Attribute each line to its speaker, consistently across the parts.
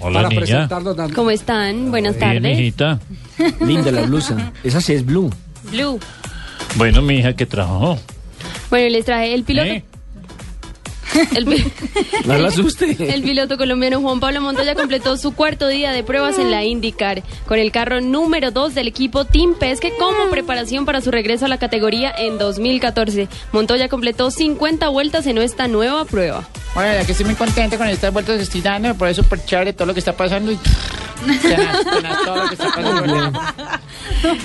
Speaker 1: Hola,
Speaker 2: Para
Speaker 1: niña.
Speaker 2: presentarlo tan
Speaker 3: ¿Cómo están? Buenas
Speaker 1: Bien,
Speaker 3: tardes.
Speaker 1: hijita.
Speaker 2: linda la blusa. Esa sí es blue.
Speaker 3: Blue.
Speaker 1: Bueno, mi hija que trabajó.
Speaker 3: Bueno, les traje el piloto.
Speaker 1: ¿eh?
Speaker 3: El, pi-
Speaker 2: No la asuste.
Speaker 3: el piloto colombiano Juan Pablo Montoya completó su cuarto día de pruebas en la IndyCar con el carro número 2 del equipo Team Pesque como preparación para su regreso a la categoría en 2014. Montoya completó 50 vueltas en esta nueva prueba.
Speaker 4: Bueno, la verdad que estoy muy contenta con estas vueltas que estoy dando, me parece súper chévere todo lo que está pasando y tenaz, tenaz todo lo que está pasando.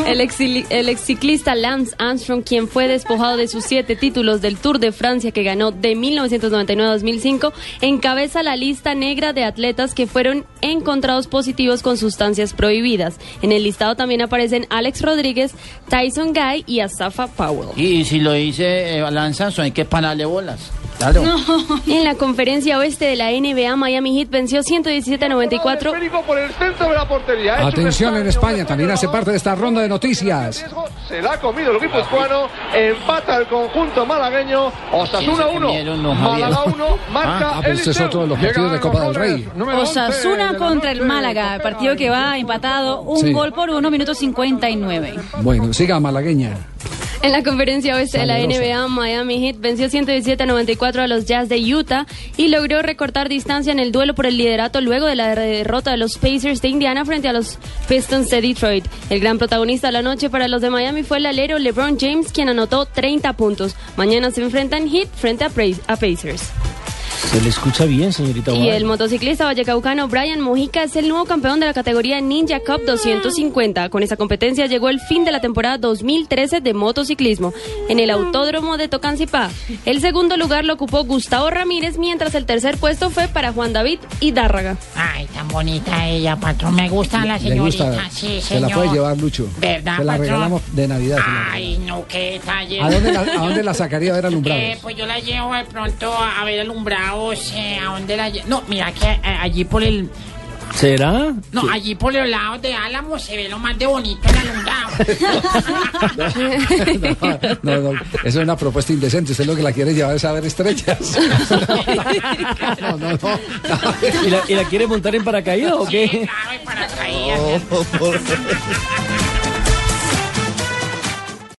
Speaker 3: El, exili- el ex ciclista Lance Armstrong, quien fue despojado de sus siete títulos del Tour de Francia que ganó de 1999 a 2005, encabeza la lista negra de atletas que fueron encontrados positivos con sustancias prohibidas. En el listado también aparecen Alex Rodríguez, Tyson Guy y Asafa Powell.
Speaker 4: Y si lo dice eh, Alan Samson, hay que panarle bolas. Claro.
Speaker 3: En la conferencia oeste de la NBA, Miami Heat venció 117 a 94
Speaker 2: Atención en España, también hace parte de esta ronda de noticias.
Speaker 5: Se la ha comido el equipo hispano, empata el conjunto malagueño, Osasuna
Speaker 4: Sí, se
Speaker 5: 1,
Speaker 4: comieron los
Speaker 5: Málaga
Speaker 4: Javier.
Speaker 5: 1, marca
Speaker 2: Ah, ah, pero este es
Speaker 5: Eliseu.
Speaker 2: otro de los
Speaker 5: Llegan
Speaker 2: partidos de Copa del
Speaker 5: goles,
Speaker 2: Rey.
Speaker 5: número 11 de la noche.
Speaker 6: partido que va empatado un
Speaker 2: Sí. gol
Speaker 6: por uno, minuto 59.
Speaker 2: Bueno, siga malagueña.
Speaker 3: En la conferencia oeste de la
Speaker 2: Saleroso.
Speaker 3: NBA, Miami Heat venció 117 a 94 a los Jazz de Utah y logró recortar distancia en el duelo por el liderato luego de la derrota de los Pacers de Indiana frente a los Pistons de Detroit. El gran protagonista de la noche para los de Miami fue el alero LeBron James, quien anotó 30 puntos. Mañana se enfrentan Heat frente a, Pra- a Pacers.
Speaker 2: Se le escucha bien, señorita.
Speaker 3: Y el motociclista vallecaucano Brian Mojica es el nuevo campeón de la categoría Ninja Cup 250. Con esa competencia llegó el fin de la temporada 2013 de motociclismo en el Autódromo de Tocancipá. El segundo lugar lo ocupó Gustavo Ramírez, mientras el tercer puesto fue para Juan David Hidárraga.
Speaker 4: Ay, tan bonita ella, patrón. Me gusta la
Speaker 2: Le gusta.
Speaker 4: señorita. Sí,
Speaker 2: Se
Speaker 4: señor.
Speaker 2: la puede llevar, Lucho.
Speaker 4: ¿Verdad,
Speaker 2: Se la
Speaker 4: patrón?
Speaker 2: regalamos de Navidad. se la
Speaker 4: Ay, no, qué detalle.
Speaker 2: regalamos. ¿A dónde la, a dónde la sacaría a ver
Speaker 4: Eh,
Speaker 2: alumbrados?
Speaker 4: pues yo la llevo de pronto a a ver alumbrados. eh, ¿A dónde la llevo? No, mira que eh, allí por el.
Speaker 2: ¿Será?
Speaker 4: No, allí por los lados de Álamo se ve lo más de bonito el alumbrado.
Speaker 2: No, no, eso es una propuesta indecente. Usted lo que la quiere llevar es a ver estrellas. No, no, no.
Speaker 4: Sí, claro, y para caídas.